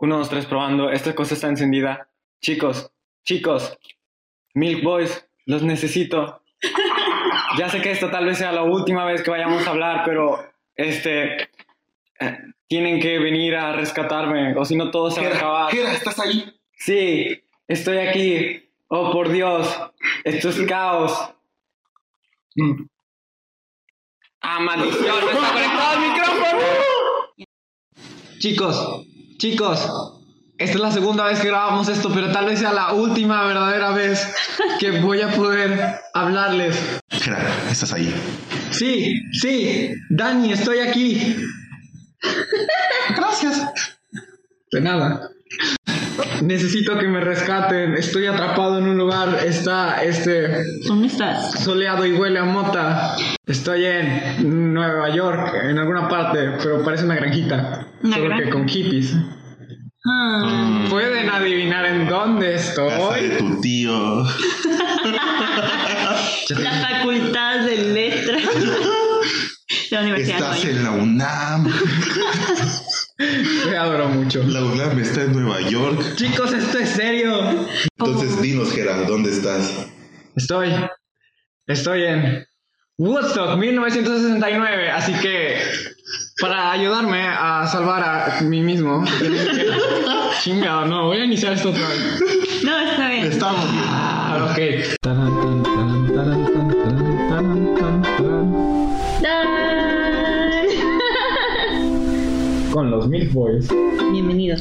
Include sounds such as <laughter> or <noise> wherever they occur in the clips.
Uno, dos, tres, probando. Esta cosa está encendida. Chicos, chicos, Milk Boys, los necesito. Ya sé que esta tal vez sea la última vez que vayamos a hablar, pero este eh, tienen que venir a rescatarme, o si no todo se va a Gera, acabar. Gera, ¿estás ahí? Sí, estoy aquí. Oh, por Dios, esto es caos. Mm. Ah, maldición, no está conectado el micrófono. Chicos, chicos, esta es la segunda vez que grabamos esto, pero tal vez sea la última verdadera vez que voy a poder hablarles. Gera, ¿estás ahí? Sí, sí, Dani, estoy aquí. Gracias. De nada. Necesito que me rescaten. Estoy atrapado en un lugar. Está, este, ¿Dónde estás? soleado y huele a mota. Estoy en Nueva York, en alguna parte, pero parece una granjita. Una solo que granja. con hippies. Ah, Pueden adivinar en dónde Casa estoy. de tu tío. la facultad de <laughs> letras. la universidad. Estás ¿no? en la UNAM. Te adoro mucho. La UNAM está en Nueva York. Chicos, esto es serio. Oh. Entonces, dinos, Gera, ¿dónde estás? Estoy. Estoy en Woodstock 1969. Así que. Para ayudarme a salvar a mí mismo. Chingado, no. Voy a iniciar esto otra vez. No, está bien. Estamos bien. Ah, ok. Con los Milk Boys. Bienvenidos.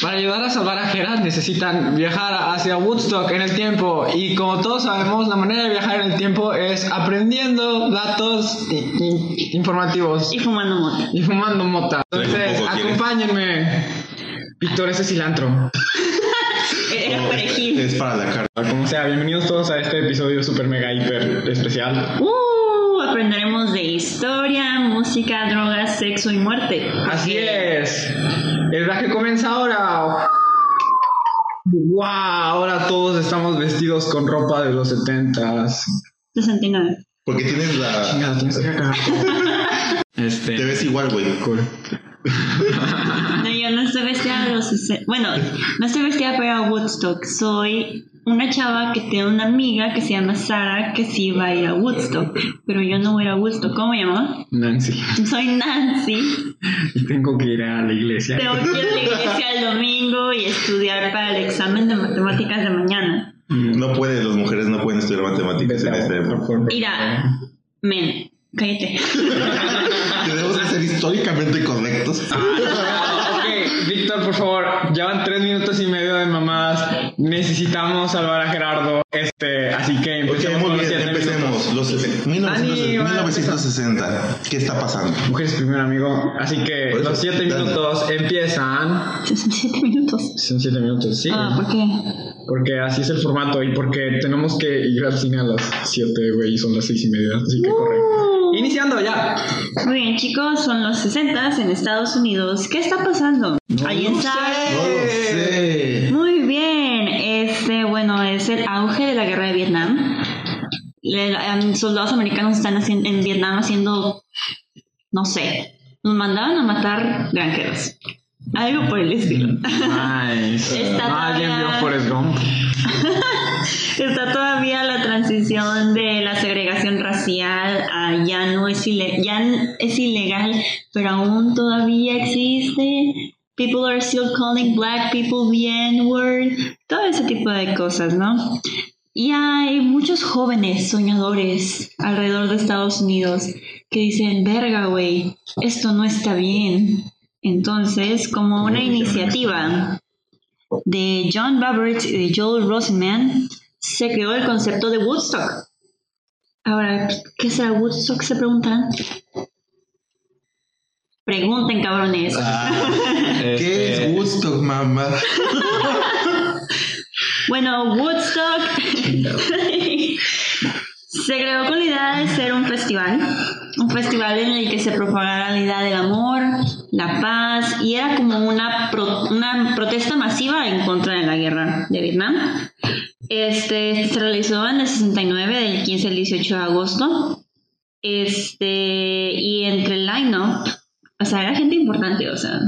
Para ayudar a salvar a Gerard necesitan viajar hacia Woodstock en el tiempo y como todos sabemos la manera de viajar en el tiempo es aprendiendo datos i- i- informativos Y fumando mota. y <laughs> fumando mota. Entonces, Traigo un poco, ¿quieres? acompáñenme. Víctor, ese cilantro. Eh, Oh, Era eh, perejil. Es para la carta. Como sea, bienvenidos todos a este episodio super mega hiper especial. Uh, aprenderemos de historia, música, drogas, sexo y muerte. Así es. El viaje comienza ahora. ¡Wow! Ahora todos estamos vestidos con ropa de los setentas. 69. Porque tienes la. Chingada, tienes que cagar. <laughs> Este. Te ves igual, güey. No, yo no estoy vestida de los sesen- Bueno, no estoy vestida para Woodstock. Soy una chava que tiene una amiga que se llama Sara que sí va a ir a Woodstock. Pero yo no voy a ir a Woodstock. ¿Cómo me llamaba? Nancy. <laughs> Soy Nancy. Tengo que ir a la iglesia. Tengo que ir a la iglesia el domingo y estudiar para el examen de matemáticas de mañana. No puedes, las mujeres no pueden estudiar matemáticas en este esta época. Mira, men, cállate. <laughs> Tenemos que ser históricamente correctos. Ah, Ok, Víctor, por favor, llevan tres minutos y medio de mamás. Necesitamos salvar a Gerardo. Este, así que Ok, empecemos muy con los bien, siete minutos. empecemos. Los sesen- va 1960, a Eh. 1960. ¿Qué está pasando? Mujeres primero, amigo. Así que Por eso, los siete dale. minutos empiezan. 67 minutos. Son siete minutos, sí. Ah, ¿por qué? Porque así es el formato y porque tenemos que ir al cine a las siete, güey, y son las seis y media. Así que corre. Uh. Iniciando <laughs> ya. Muy bien, chicos, son los 60 en Estados Unidos. ¿Qué está pasando? Ahí lo está. sé. No lo sé. Muy bien, este, bueno, es el auge de la guerra de Vietnam. Le- em, soldados americanos están haciendo, en Vietnam haciendo, no sé, nos mandaban a matar granjeros. Algo por el estilo. Nice. Ah, Está Alguien vio todavía- Forrest Gump. Está todavía la transición de la segregación racial a ya no es, ile- ya n- es ilegal, pero aún todavía existe. People are still calling black people the N-word. Todo ese tipo de cosas, ¿no? Y hay muchos jóvenes soñadores alrededor de Estados Unidos que dicen, verga, güey, esto no está bien. Entonces, como una iniciativa de John Babbitt y de Joel Rosenman, se creó el concepto de Woodstock. Ahora, ¿qué será Woodstock? Se preguntan. Pregunten, cabrones. Ah, ¿Qué Este, es gusto, mamá? Bueno, Woodstock <laughs> se creó con la idea de ser un festival, un festival en el que se propagara la idea del amor, la paz y era como una, pro- una protesta masiva en contra de la guerra de Vietnam. Este se realizó en el 69, del 15 al 18 de agosto. Este, y entre el line-up O sea, era gente importante, o sea,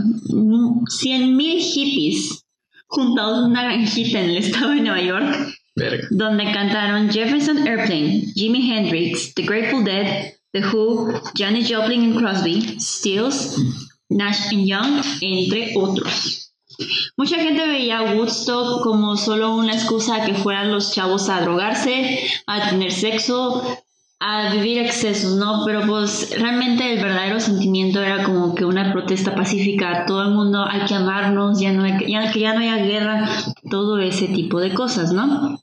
cien mil hippies juntados en una granjita en el estado de Nueva York, Verga. donde cantaron Jefferson Airplane, Jimi Hendrix, The Grateful Dead, The Who, Janis Joplin y Crosby, Stills, Nash and Young, entre otros. Mucha gente veía a Woodstock como solo una excusa a que fueran los chavos a drogarse, a tener sexo, a vivir excesos, ¿no? Pero pues realmente el verdadero sentimiento era como que una protesta pacífica, todo el mundo hay que amarnos, ya no hay, que- ya, que ya no haya guerra, todo ese tipo de cosas, ¿no?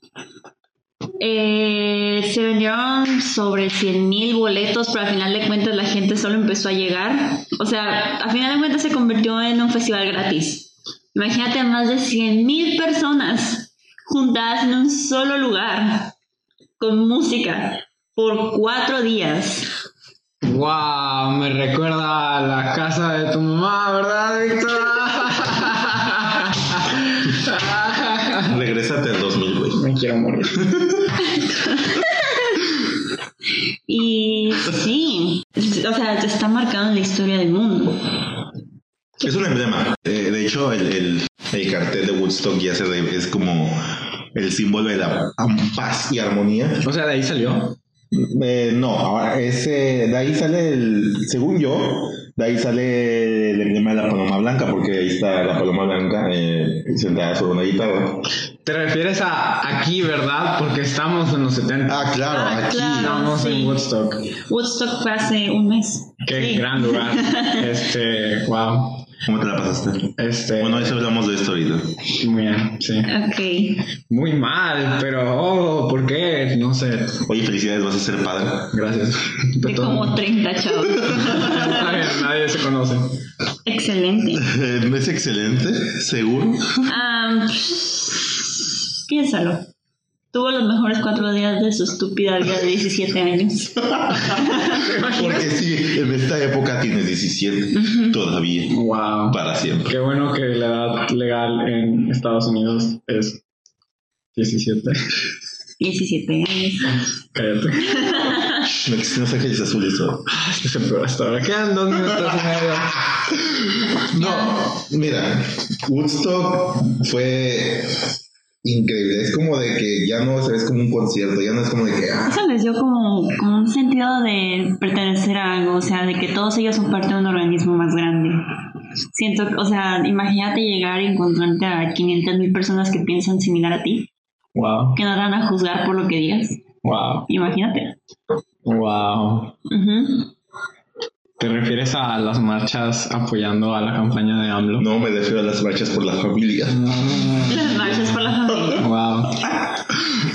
Eh, se vendieron sobre 100 mil boletos, pero al final de cuentas la gente solo empezó a llegar. O sea, al final de cuentas se convirtió en un festival gratis. Imagínate a más de 100 mil personas juntadas en un solo lugar con música por cuatro días. Wow, me recuerda a la casa de tu mamá, ¿verdad, Víctor? <laughs> Regrésate al 2000, güey. me quiero morir. Y sí, o sea, está marcado en la historia del mundo. Es un emblema. Eh, de hecho, el, el- el cartel de Woodstock ya se re- es como el símbolo de la am- paz y armonía. O sea, de ahí salió. Eh, no, ahora ese, de ahí sale el, según yo, de ahí sale el emblema de la paloma blanca, porque ahí está la paloma blanca eh, sentada sobre una guitarra. Te refieres a aquí, ¿verdad? Porque estamos en los 70. Ah, claro, Ah, aquí. claro. Estamos sí. en Woodstock. Woodstock fue hace un mes. Qué Sí. gran <laughs> lugar. Este, wow. ¿Cómo te la pasaste? Este, Bueno, eso hablamos de esto ahorita. muy bien, sí. Ok. Muy mal, pero oh, ¿por qué? No sé. Oye, felicidades, vas a ser padre. <laughs> Gracias. De como 30 chavos. Está bien, <laughs> nadie se conoce. Excelente. <laughs> Eh, ¿No es excelente? ¿Seguro? Am, piénsalo. Tuvo los mejores cuatro días de su estúpida vida de 17 años. Porque sí, en esta época tienes 17 todavía, Wow. para siempre. Qué bueno que la edad legal en Estados Unidos es 17. 17 años. <laughs> Cállate. <laughs> No, no saques azul eso. Este es el peor hasta ahora. Quedan <laughs> dos minutos y medio. No, mira, Woodstock fue increíble. Es como de que ya no es como un concierto, ya no es como de que. ah, Eso les dio como, como un sentido de pertenecer a algo, o sea, de que todos ellos son parte de un organismo más grande. Siento, o sea, imagínate llegar y encontrarte a 500 mil personas que piensan similar a ti, Wow. que no te van a juzgar por lo que digas. Wow. Imagínate. Wow. Ujú. ¿Te refieres a las marchas apoyando a la campaña de AMLO? No me refiero a las marchas por la familia. Las marchas por la familia. Wow.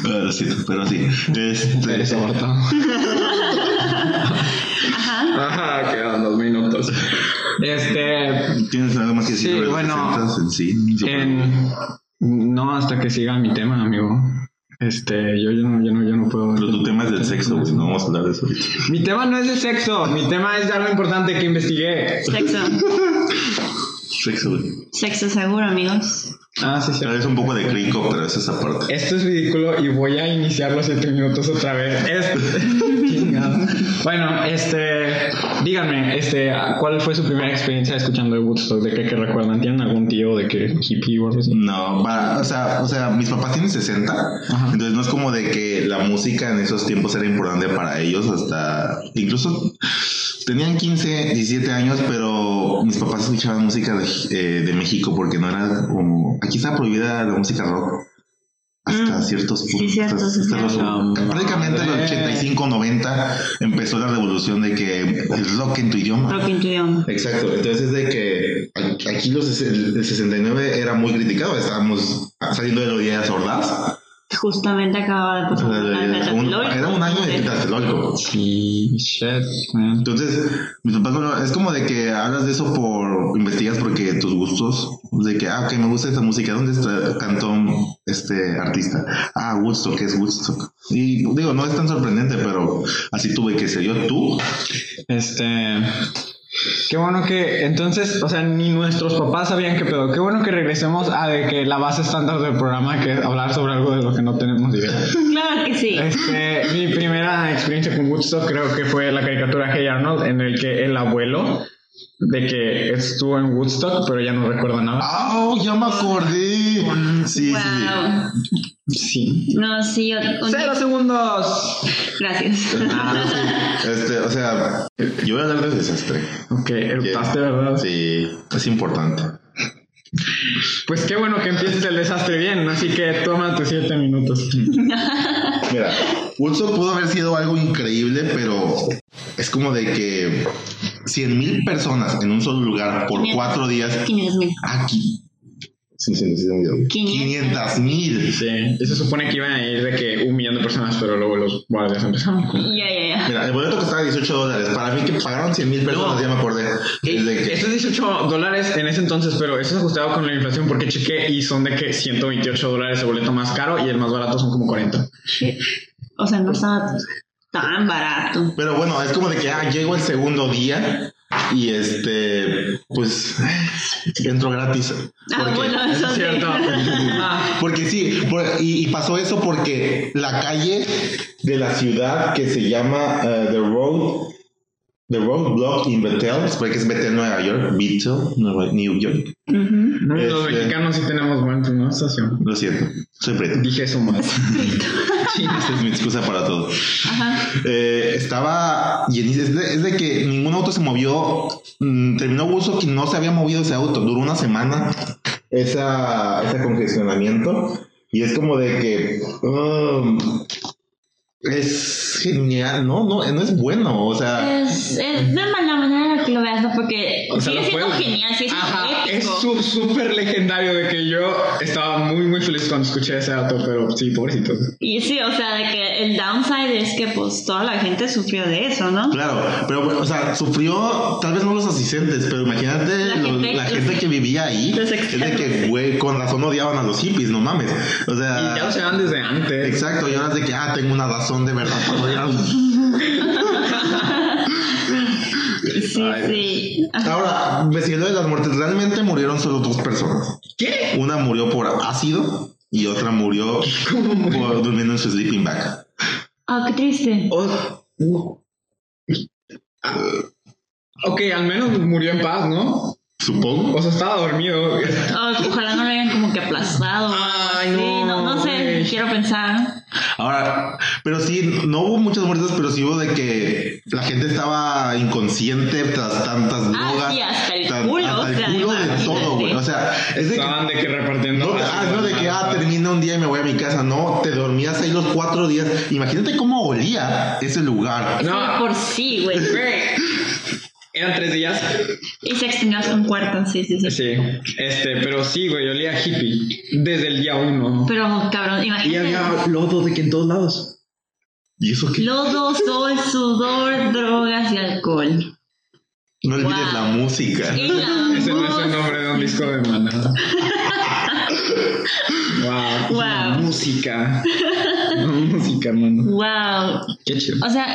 Pero Ah, sí, pero sí. Este, Eres abortado. Ajá. <laughs> Ajá, quedan dos minutos. Este, ¿Tienes algo más que decir Sí, sobre los bueno, 60s en sí? En- No, hasta que siga mi tema, amigo. Este, yo, yo no, yo no, yo no puedo. Pero tu tema es del sexo, güey. No vamos a hablar de eso ahorita. Mi tema no es de sexo, mi tema es de algo importante que investigué. Sexo. Sexo, güey. Sexo seguro, amigos. Ah, sí, sí. Pero es un poco de crico, pero esa es esa parte. Esto es ridículo y voy a iniciar los siete minutos otra vez. Es- <laughs> Chingado. bueno, este, díganme, este, ¿cuál fue su primera experiencia escuchando de Woodstock? ¿De qué, qué recuerdan? ¿Tienen algún tío de que hippie o algo así? No, va, o sea, o sea, mis papás tienen 60, entonces no es como de que la música en esos tiempos era importante para ellos, hasta incluso tenían 15, 17 años, pero mis papás escuchaban música de, eh, de México porque no era como, aquí está prohibida la música rock. Hasta Mm, ciertos sí, puntos. cierto, hasta- sí, hasta cierto. los- La prácticamente en los madre. 85, 90 empezó la revolución de que el rock en tu idioma. Rock en tu idioma. Exacto, entonces es de que a- aquí los, ses- el el 69 era muy criticado, estábamos saliendo de los días ordaz. Justamente acababa de pasar por la Era un- Tlatelolco. era un año de Tlatelolco. Sí, shit, man. Entonces, mis papás, bueno, es como de que hablas de eso por, investigas porque tus gustos, de que, ah, ok, me gusta esta música, ¿dónde está cantó un, este artista? Ah, Woodstock, ¿qué es Woodstock? Y digo, no es tan sorprendente, pero así tuve que ser yo, tú. Este. Qué bueno que. Entonces, o sea, ni nuestros papás sabían qué pedo. Qué bueno que regresemos a de que la base estándar del programa que es hablar sobre algo de lo que no tenemos idea. Claro que sí. Eh, Este, mi primera experiencia con Woodstock creo que fue la caricatura Hey Arnold, en el que el abuelo de que estuvo en Woodstock, pero ya no recuerdo nada. ¡Ah! ya me acordé. Sí, sí, sí. Wow. Sí. No, sí, yo- un- ¡Cero segundos! Gracias. <laughs> Ah, Este, o sea, yo voy a hablar del desastre. Eh, Ok, eruptaste, ¿verdad? Sí, es importante. Pues qué bueno que empieces el desastre bien, así que toma tus siete minutos. Mira, Woodstock pudo haber sido algo increíble, pero es como de que 100 mil personas en un solo lugar por Quinientos. cuatro días 500 mil. aquí. Sí, sí, sí, Quinientos. mil. Sí, y se supone que iban a ir de que un millón de personas, pero luego los guardias empezaron con... Ya, ya, ya. Mira, el boleto que estaba 18 dólares. Para mí que pagaron 100 mil personas, No. ya me acordé. Es de que- Esto es 18 dólares en ese entonces, pero eso es ajustado con la inflación porque chequé y son de que 128 dólares el boleto más caro y el más barato son como <laughs> 40. Shit. O sea, no estaba tan barato. Pero bueno, es como de que ah, llego el segundo día y este, pues entro gratis. Ah, Porque- bueno, eso es sí. cierto. Ah, Porque sí, por- y, y pasó eso porque la calle de la ciudad que se llama eh, The Road, The Road Block in Bethel, porque es Bethel, Nueva York, Bethel, Nueva New York. Ujú. los Este- mexicanos sí tenemos buena ¿no? estación. Lo siento, soy preto. Dije eso <laughs> más. Esta es mi excusa para todo. Ajá. Eh, estaba llenísimo. Es de, es de que ningún auto se movió. Mm, terminó Woodstock y no se había movido ese auto. Duró una semana esa, ese congestionamiento. Y es como de que. um, es genial. No, no, no es bueno. O sea. Es, es de mala manera que lo veas, ¿no? Porque O sea, sigue lo siendo puedo- genial, sigue siendo Ajá, es épico. su- súper legendario de que yo estaba muy, muy feliz cuando escuché ese dato, pero sí, pobrecito. Y sí, o sea, de que el downside es que pues toda la gente sufrió de eso, ¿no? Claro, pero bueno, o sea, sufrió tal vez no los asistentes, pero imagínate La los- la, gente- gente, que vivía ahí. Los Es de que, externos. güey, con razón odiaban a los hippies, no mames. O sea, Y ya lo sabían desde antes. Exacto, y ahora es de que, ah, tengo una razón de verdad para odiar. Sí, Ay. sí. Ajá. Ahora, investigando de las muertes, realmente murieron solo dos personas. ¿Qué? Una murió por ácido y otra murió ¿Cómo murió? por durmiendo en su sleeping bag. Ah, qué triste. Oh, uh. Ah, Ok, al menos murió en paz, ¿no? Supongo. O sea, estaba dormido. Oh, ojalá no lo hayan como que aplastado. o algo Ay, así. no, no, no sé, güey. quiero pensar. Ahora, pero sí, no hubo muchas muertes, pero sí hubo de que la gente estaba inconsciente tras tantas Ah, drogas. sí, hasta el tan- culo, hasta o el sea, culo de imagínate. todo, güey. O sea, es de que Estaban de que repartiendo. No, te- ah, no de que ah, termina un día y me voy a mi casa. No, te dormías ahí los cuatro días. Imagínate cómo olía ese lugar. Eso No. de por sí, <laughs> güey. Güey, Eran tres días. Y se extendió hasta un cuarto, sí, sí, sí. Sí. Este, pero sí, güey, olía a hippie. Desde el día uno. Pero, cabrón, Y imagínate. había lodo de que en todos lados. ¿Y eso qué? Lodo, sol, sudor, drogas y alcohol. No olvides Wow. la música. Y <laughs> la Ese no es el voz- nombre de un disco de maná. wow. Wow. La música. La música, hermano. Wow. Qué chido. O sea,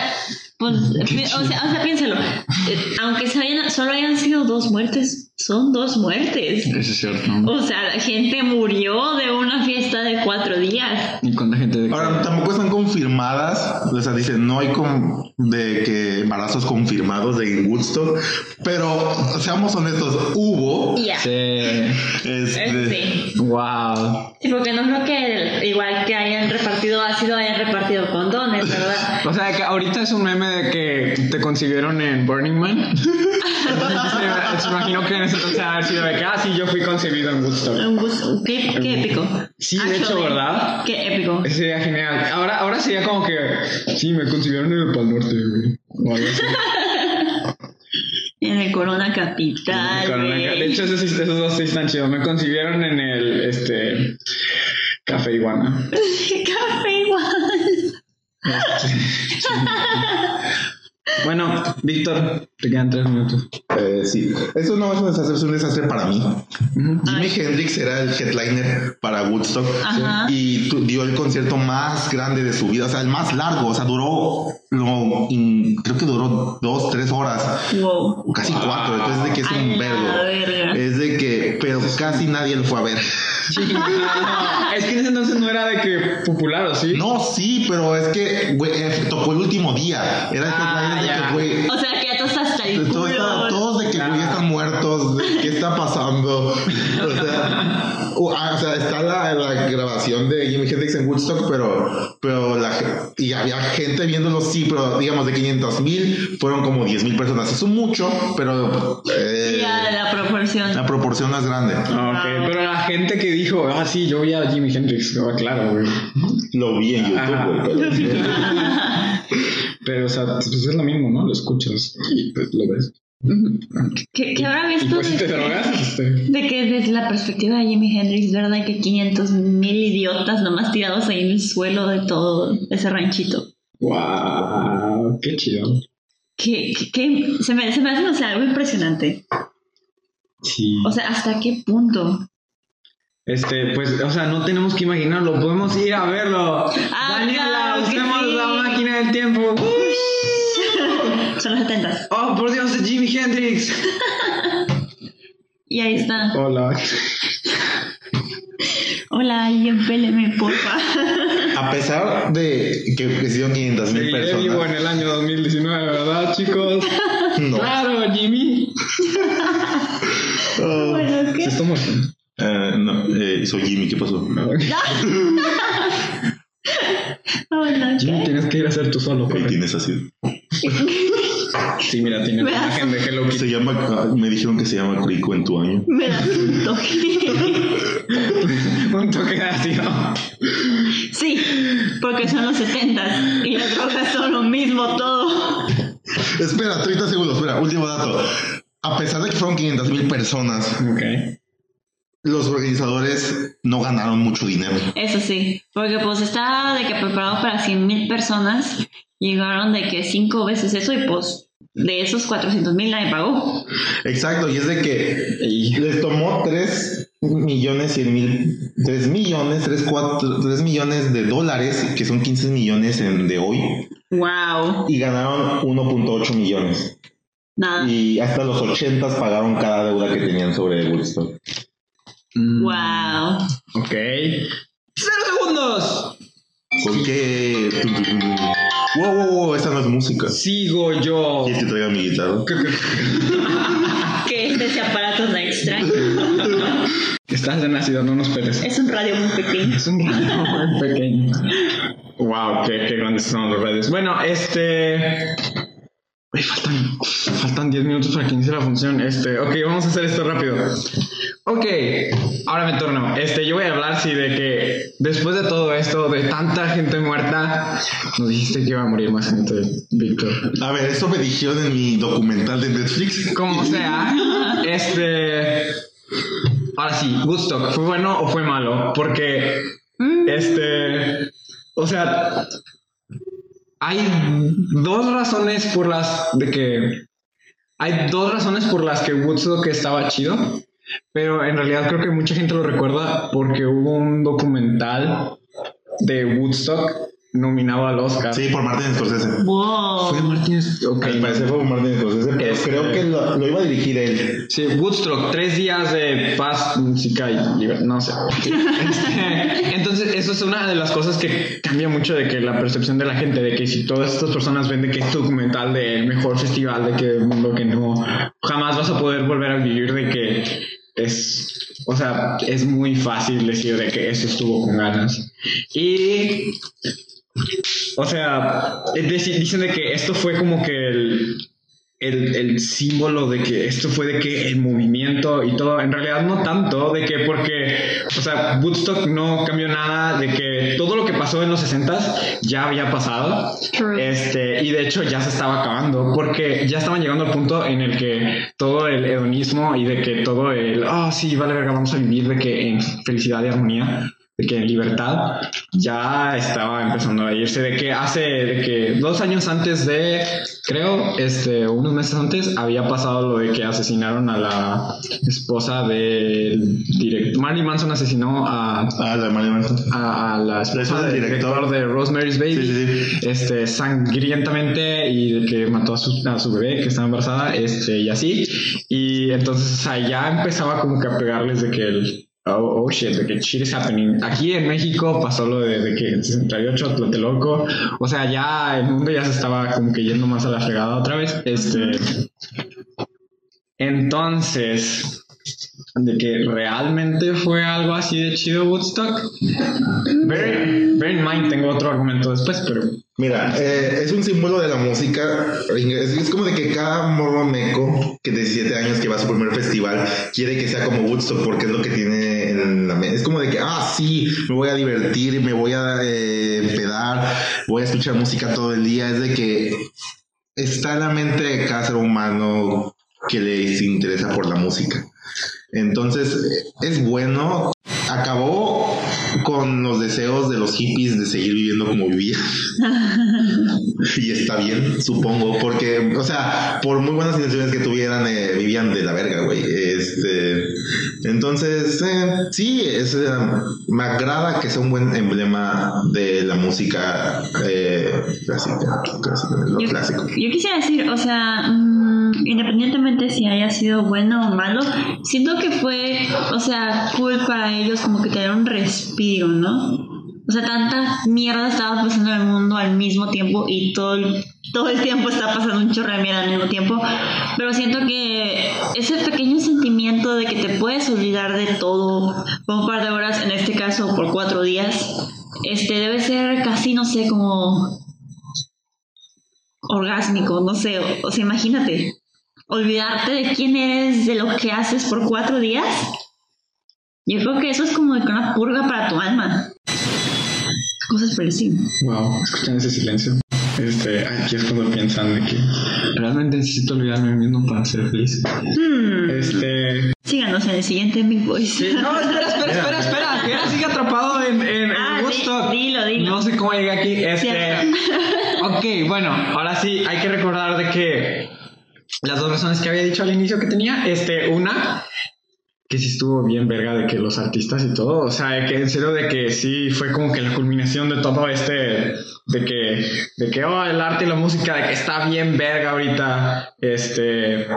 pues, pi- o sea, o sea, piénsalo. Eh, Aunque se hayan- solo hayan sido dos muertes, son dos muertes. Eso es cierto. O sea, la gente murió de una fiesta de cuatro días. ¿Y cuánta gente de Ahora, tampoco están confirmadas. O sea, dicen, no hay com- de que embarazos confirmados de Woodstock. Pero seamos honestos, hubo. Y ya. Sí. Sí. Este, Sí. Wow. porque no creo que igual que hayan repartido ácido, hayan repartido condones, ¿verdad? <laughs> O sea, que ahorita es un meme de que te consiguieron en Burning Man. <laughs> Se imagino que en ese entonces haber sido de que, ah, sí, yo fui concebido en Woodstock. Un bus- Qué, qué épico. Sí, de hecho, Actually, ¿verdad? Qué épico. Eso sería genial. Ahora, ahora sería como que, sí, me consiguieron en el Pal Norte, güey. O algo así. En el Corona Capital. Con una ca- güey. de <laughs> hecho, esos, esos dos sí están chidos. Me consiguieron en el, este, Café Iguana. Café igual. Bueno, Víctor, te quedan tres minutos. eh, sí. Eso no es un desastre, es un desastre para mí. Ujú. Jimi Hendrix era el headliner para Woodstock Ajá. y tu- dio el concierto más grande de su vida, o sea, el más largo, o sea, duró, lo, in- creo que duró dos, tres horas, Wow. o casi cuatro, entonces de que es A la un verga. vergo. Es de que, pero casi nadie lo fue a ver. Chingada. es que en ese entonces no era de que popular, ¿o sí? No, sí, pero es que, güey, eh, tocó el último día, era el Ah, headliner de ya. que, güey, O sea, que ya todos hasta el todo culo. estaba- todos de que güey, ya están muertos, ¿qué está pasando? <laughs> O sea, u- ah, o sea, está la, la grabación de Jimi Hendrix en Woodstock, pero, pero la, ge- y había gente viéndolo, sí, pero digamos de 500 mil, fueron como 10 mil personas. Es un mucho, pero eh, Y a la proporción. la proporción no es grande. Ah, Ok, Ah, pero la gente que dijo, ah, sí, yo vi a Jimi Hendrix, no, claro, güey. Lo vi en Ajá. YouTube, güey, pero- Pero, o sea, pues es lo mismo, ¿no? Lo escuchas y pues lo ves. ¿Qué, qué habrá Y visto pues si te de, drogas, este, de que desde la perspectiva de Jimi Hendrix, verdad que 500 mil idiotas nomás tirados ahí en el suelo de todo ese ranchito? wow, qué chido. Que, que- que se, me, se me hace o sea, algo impresionante. Sí. O sea, ¿hasta qué punto? Este, pues, o sea, no tenemos que imaginarlo, podemos ir a verlo. Ah, Daniela, claro que usemos sí. la máquina del tiempo. Son los 70. Oh, por Dios, es Jimi Hendrix. Y ahí está. Hola. Hola, y empéleme, porfa. <laughs> A pesar de que hicieron 500 mil Seguiré vivo en personas, el año 2019, ¿verdad, chicos? <laughs> no. Claro, Jimmy. Oh. bueno, ¿qué? Estamos. Eh, no, eh, soy Jimmy, ¿qué pasó? Hola, Jimmy, ¿qué? tienes que ir a hacer tú solo. Ahí corre. tienes así. Sí, mira, tiene la Me imagen de Hello <laughs> Kitty. Se llama, ah, me dijeron que se llama Crico en tu año. Me das un toque. Un toque así, ¿no? <laughs> Sí, porque son los 70 y las drogas son lo mismo todo. Espera, 30 segundos, espera, último dato. A pesar de que fueron 500 mil personas, Ok. los organizadores no ganaron mucho dinero. Eso sí, porque pues estaba de que preparado para 100 mil personas, llegaron de que cinco veces eso y pues de esos 400 mil nadie pagó. Exacto, y es de que les tomó 3 millones 100 mil, 3 millones, 3, 4, 3 millones de dólares, que son 15 millones en- de hoy, Wow, y ganaron 1.8 millones. nada. Y hasta los 80 pagaron cada deuda que tenían sobre Woodstock. mm, Wow. Ok. ¡Cero segundos! ¿Por qué? Wow, wow, wow, esa no es música. Sigo yo. ¿Quieres que traiga mi guitarra? ¿Qué es ese este aparato tan extraño? Estás de nacido, no nos peles. Es un radio muy pequeño. Es un radio <laughs> muy pequeño. Wow, qué, qué grandes son los redes. Bueno, este. Güey, faltan, faltan 10 minutos para que inicie la función. Este, ok, vamos a hacer esto rápido. Ok, ahora me turno. Este, yo voy a hablar, sí, de que después de todo esto, de tanta gente muerta, nos dijiste que iba a morir más gente, Víctor. A ver, eso me dijeron en mi documental de Netflix. Como sea, este. Ahora sí, Woodstock, ¿fue bueno o fue malo? Porque, Mm, este. O sea, hay dos razones por las de que. Hay dos razones por las que Woodstock estaba chido. Pero en realidad creo que mucha gente lo recuerda porque hubo un documental de Woodstock nominado al Oscar. Sí, por Martin Scorsese. Fue Wow. Martínez. Ok. Al parecer fue por Martin Scorsese, pero Este- creo que lo, lo iba a dirigir él. Sí, Woodstock, tres días de paz, música y libertad, no sé. Este, Entonces, eso es una de las cosas que cambia mucho de que la percepción de la gente, de que si todas estas personas ven de que es tu documental del mejor festival de que del mundo que no jamás vas a poder volver a vivir, de que es, o sea, es muy fácil decir de que eso estuvo con ganas. Y o sea, es decir, dicen de que esto fue como que el, el, el símbolo de que esto fue de que el movimiento y todo, en realidad no tanto, de que porque, o sea, Woodstock no cambió nada, de que todo lo que pasó en los 60s ya había pasado. True. Este, y de hecho ya se estaba acabando, porque ya estaban llegando al punto en el que todo el hedonismo y de que todo el, ah, sí, vale, verga, vamos a vivir de que en felicidad y armonía, de que en libertad, ya estaba empezando a irse, de que hace, de que dos años antes de, creo, este, unos meses antes, había pasado lo de que asesinaron a la esposa del director, Marilyn Manson asesinó a... Ah, la Marley Manson. a- a la esposa esposa del del director director. de Rosemary's Baby Sí, sí, sí. este, sangrientamente y de que mató a su, a su bebé que estaba embarazada este, y así. Y entonces o sea, ya empezaba como que a pegarles de que el... Oh, oh shit, de que shit is happening. Aquí en México pasó lo de, de que en 68 Tlatelolco, o sea, ya el mundo ya se estaba como que yendo más a la fregada otra vez. Este, Entonces, de que realmente fue algo así de chido Woodstock. Bear, bear in mind, tengo otro argumento después, pero Mira, eh, es un símbolo de la música. Es, es como de que cada morroneco que de 17 años que va a su primer festival quiere que sea como Woodstock porque es lo que tiene en la mente. Es como de que, ah, sí, me voy a divertir, me voy a eh, pedar, voy a escuchar música todo el día. Es de que está en la mente de cada ser humano que les interesa por la música. Entonces, eh, es bueno. Acabó con los deseos de los hippies de seguir viviendo como vivían. Y está bien, supongo, porque, o sea, por muy buenas intenciones que tuvieran, eh, vivían de la verga, güey. Este, entonces, eh, sí, es, eh, me agrada que sea un buen emblema de la música eh, clásica, clásica, de lo Yo- clásico. Yo quisiera decir, o sea, mm, independientemente si haya sido bueno o malo, siento que fue, o sea, cool para ellos como que tener un respiro, ¿no? O sea, tanta mierda estaba pasando en el mundo al mismo tiempo y todo el, todo el tiempo está pasando un chorro de mierda al mismo tiempo. Pero siento que ese pequeño sentimiento de que te puedes olvidar de todo por un par de horas, en este caso por cuatro días, este debe ser casi, no sé, como orgásmico, no sé, o, o sea, imagínate, olvidarte de quién eres, de lo que haces por cuatro días. Yo creo que eso es como que una purga para tu alma. Cosas por el estilo. wow, escuchan ese silencio. Este, aquí es cuando piensan de que realmente necesito olvidarme de mí mismo para ser feliz. Hmm, Este, Síganos en el siguiente Big Boys. Sí, no, espera, espera, espera, espera. Que ahora sigue atrapado en, en, en Ah, di- Woodstock. dilo, dilo. No sé cómo llegué aquí. Este. Cierto. ok, bueno, ahora sí hay que recordar de que las dos razones que había dicho al inicio que tenía, este, una. Que sí estuvo bien verga de que los artistas y todo, o sea, de que en serio de que sí fue como que la culminación de todo este, de que, de que, oh, el arte y la música, de que está bien verga ahorita, este,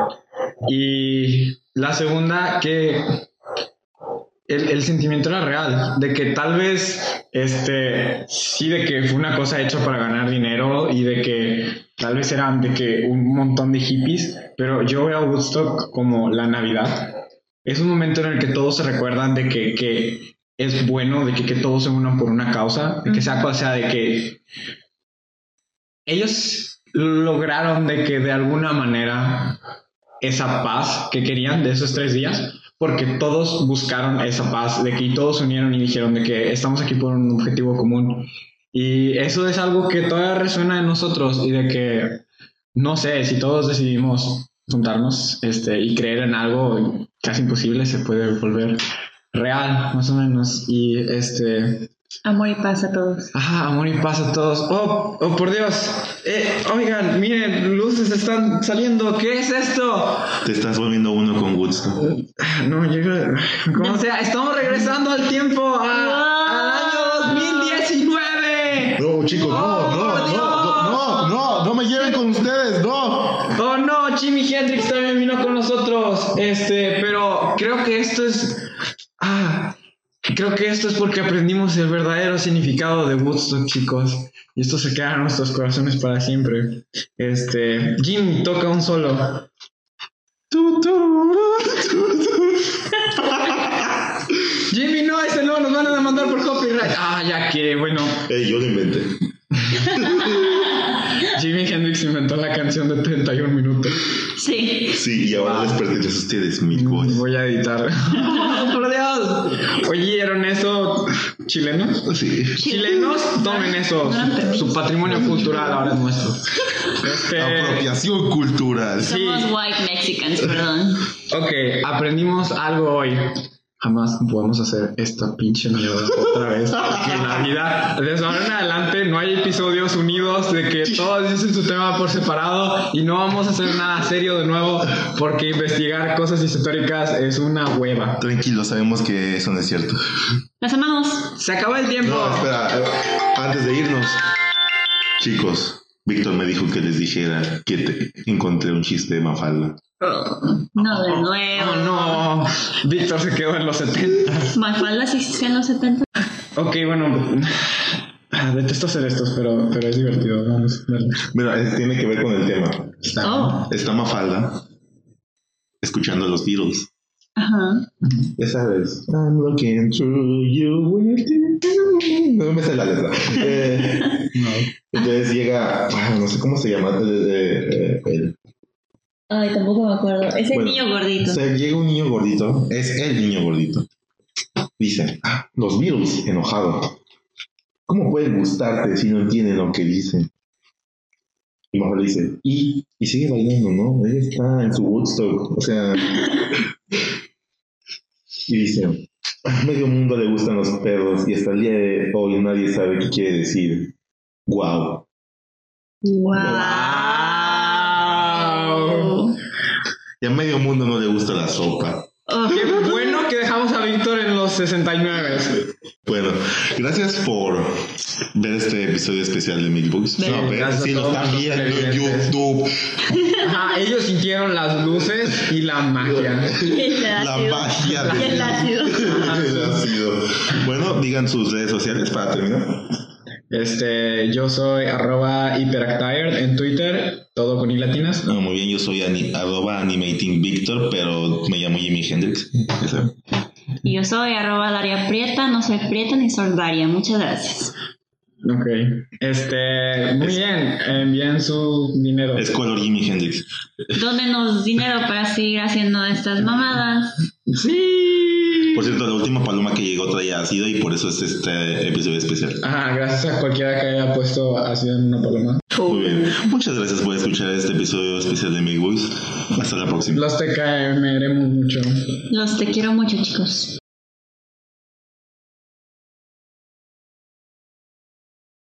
y la segunda, que el, el sentimiento era real, de que tal vez, este, sí, de que fue una cosa hecha para ganar dinero y de que tal vez eran de que un montón de hippies, pero yo veo a Woodstock como la Navidad. Es un momento en el que todos se recuerdan de que, que es bueno, de que, que todos se unan por una causa, de que sea cosa sea, de que ellos lograron de que de alguna manera esa paz que querían de esos tres días, porque todos buscaron esa paz, de que y todos se unieron y dijeron de que estamos aquí por un objetivo común. Y eso es algo que todavía resuena en nosotros y de que, no sé, si todos decidimos juntarnos este, y creer en algo casi imposible, se puede volver real, más o menos. Y este, Amor y paz a todos. Ajá, amor y paz a todos. Oh, oh, por Dios. Eh, oigan, miren, luces están saliendo. ¿Qué es esto? Te estás volviendo uno con Woodstock. Ah, No, yo creo. Como sea, estamos regresando al tiempo, a- al año 2019. No, chicos, no, no, no, no, no, no, no me lleven con ustedes, no. Oh no, Jimi Hendrix también vino con nosotros. Este, pero creo que esto es. Ah, creo que esto es porque aprendimos el verdadero significado de Woodstock, chicos. Y esto se queda en nuestros corazones para siempre. Este, Jim toca un solo. Jimmy, no, ese no, nos van a demandar por copyright. Ah, ya que, bueno, Eh, yo lo inventé. Jimi Hendrix inventó la canción de 31 minutos. Sí. Sí, y ahora les pertenece a ustedes, mi voz. Voy a editar. <laughs> ¡Por Dios! ¿Oyeron eso, chilenos? Sí. Chilenos, tomen eso. Su- Su patrimonio cultural ahora es nuestro. Este, Apropiación cultural. Somos white Mexicans, perdón. ok, aprendimos algo hoy. Jamás podemos hacer esta pinche mierda otra vez. porque en la vida, desde ahora en adelante, no hay episodios unidos de que todos dicen su tema por separado y no vamos a hacer nada serio de nuevo porque investigar cosas históricas es una hueva. Tranquilo, sabemos que eso no es cierto. Las amamos. Se acabó el tiempo. No, espera, eh, antes de irnos. Chicos, Víctor me dijo que les dijera que te encontré un chiste de Mafalda. No, de nuevo. Oh, no. <laughs> Víctor se quedó en los 70. Mafalda sí existía en los 70. Ok, bueno. ah, Detesto hacer estos, pero, pero es divertido. Vamos, dale. Mira, eh, tiene que ver con el tema. Está. Oh. Está Mafalda escuchando los Beatles. Ajá. Ya sabes. I'm looking through you. with you. No me sale la <laughs> letra. Eh, entonces llega, ah, no sé cómo se llama. eh, eh, el- Ay, tampoco me acuerdo. Es el Bueno, niño gordito. O sea, llega un niño gordito, es el niño gordito. Dice, "Ah, los Beatles, enojado. ¿Cómo puede gustarte si no entienden lo que dicen? Y mejor le dice, y, y sigue bailando, ¿no? Ella está en su Woodstock, o sea. y dice, a medio mundo le gustan los perros y hasta el día de hoy nadie sabe qué quiere decir. Wow. Wow. Y a medio mundo no le gusta la sopa. Qué bueno que dejamos a Víctor en los 69. Bueno, gracias por ver este episodio especial de Milbooks. Ven, No, ver, gracias si a lo todos están los viendo en televidentes. YouTube, Ajá, ellos sintieron las luces y la magia. El la ácido. magia de- El ácido. del ácido. Bueno, digan sus redes sociales para terminar. Este, yo soy arroba hyperactired en Twitter, todo con i latinas. No, muy bien, yo soy ani- arroba animating Victor, pero me llamo Jimi Hendrix. Ya saben. Y yo soy arroba Daria Prieta, no soy Prieta ni soy Daria. Muchas gracias. Ok. Este, muy Es- bien, envíen su dinero. Es color Jimi Hendrix. Dónenos dinero para seguir haciendo estas mamadas. Sí. Por cierto, la última paloma que llegó traía ácido y por eso es este episodio especial. Ajá, Ah, gracias a cualquiera que haya puesto así en una paloma. Muy bien. Muchas gracias por escuchar este episodio especial de Milbooks. Hasta la próxima. Los TKM, me mucho. Los te quiero mucho, chicos.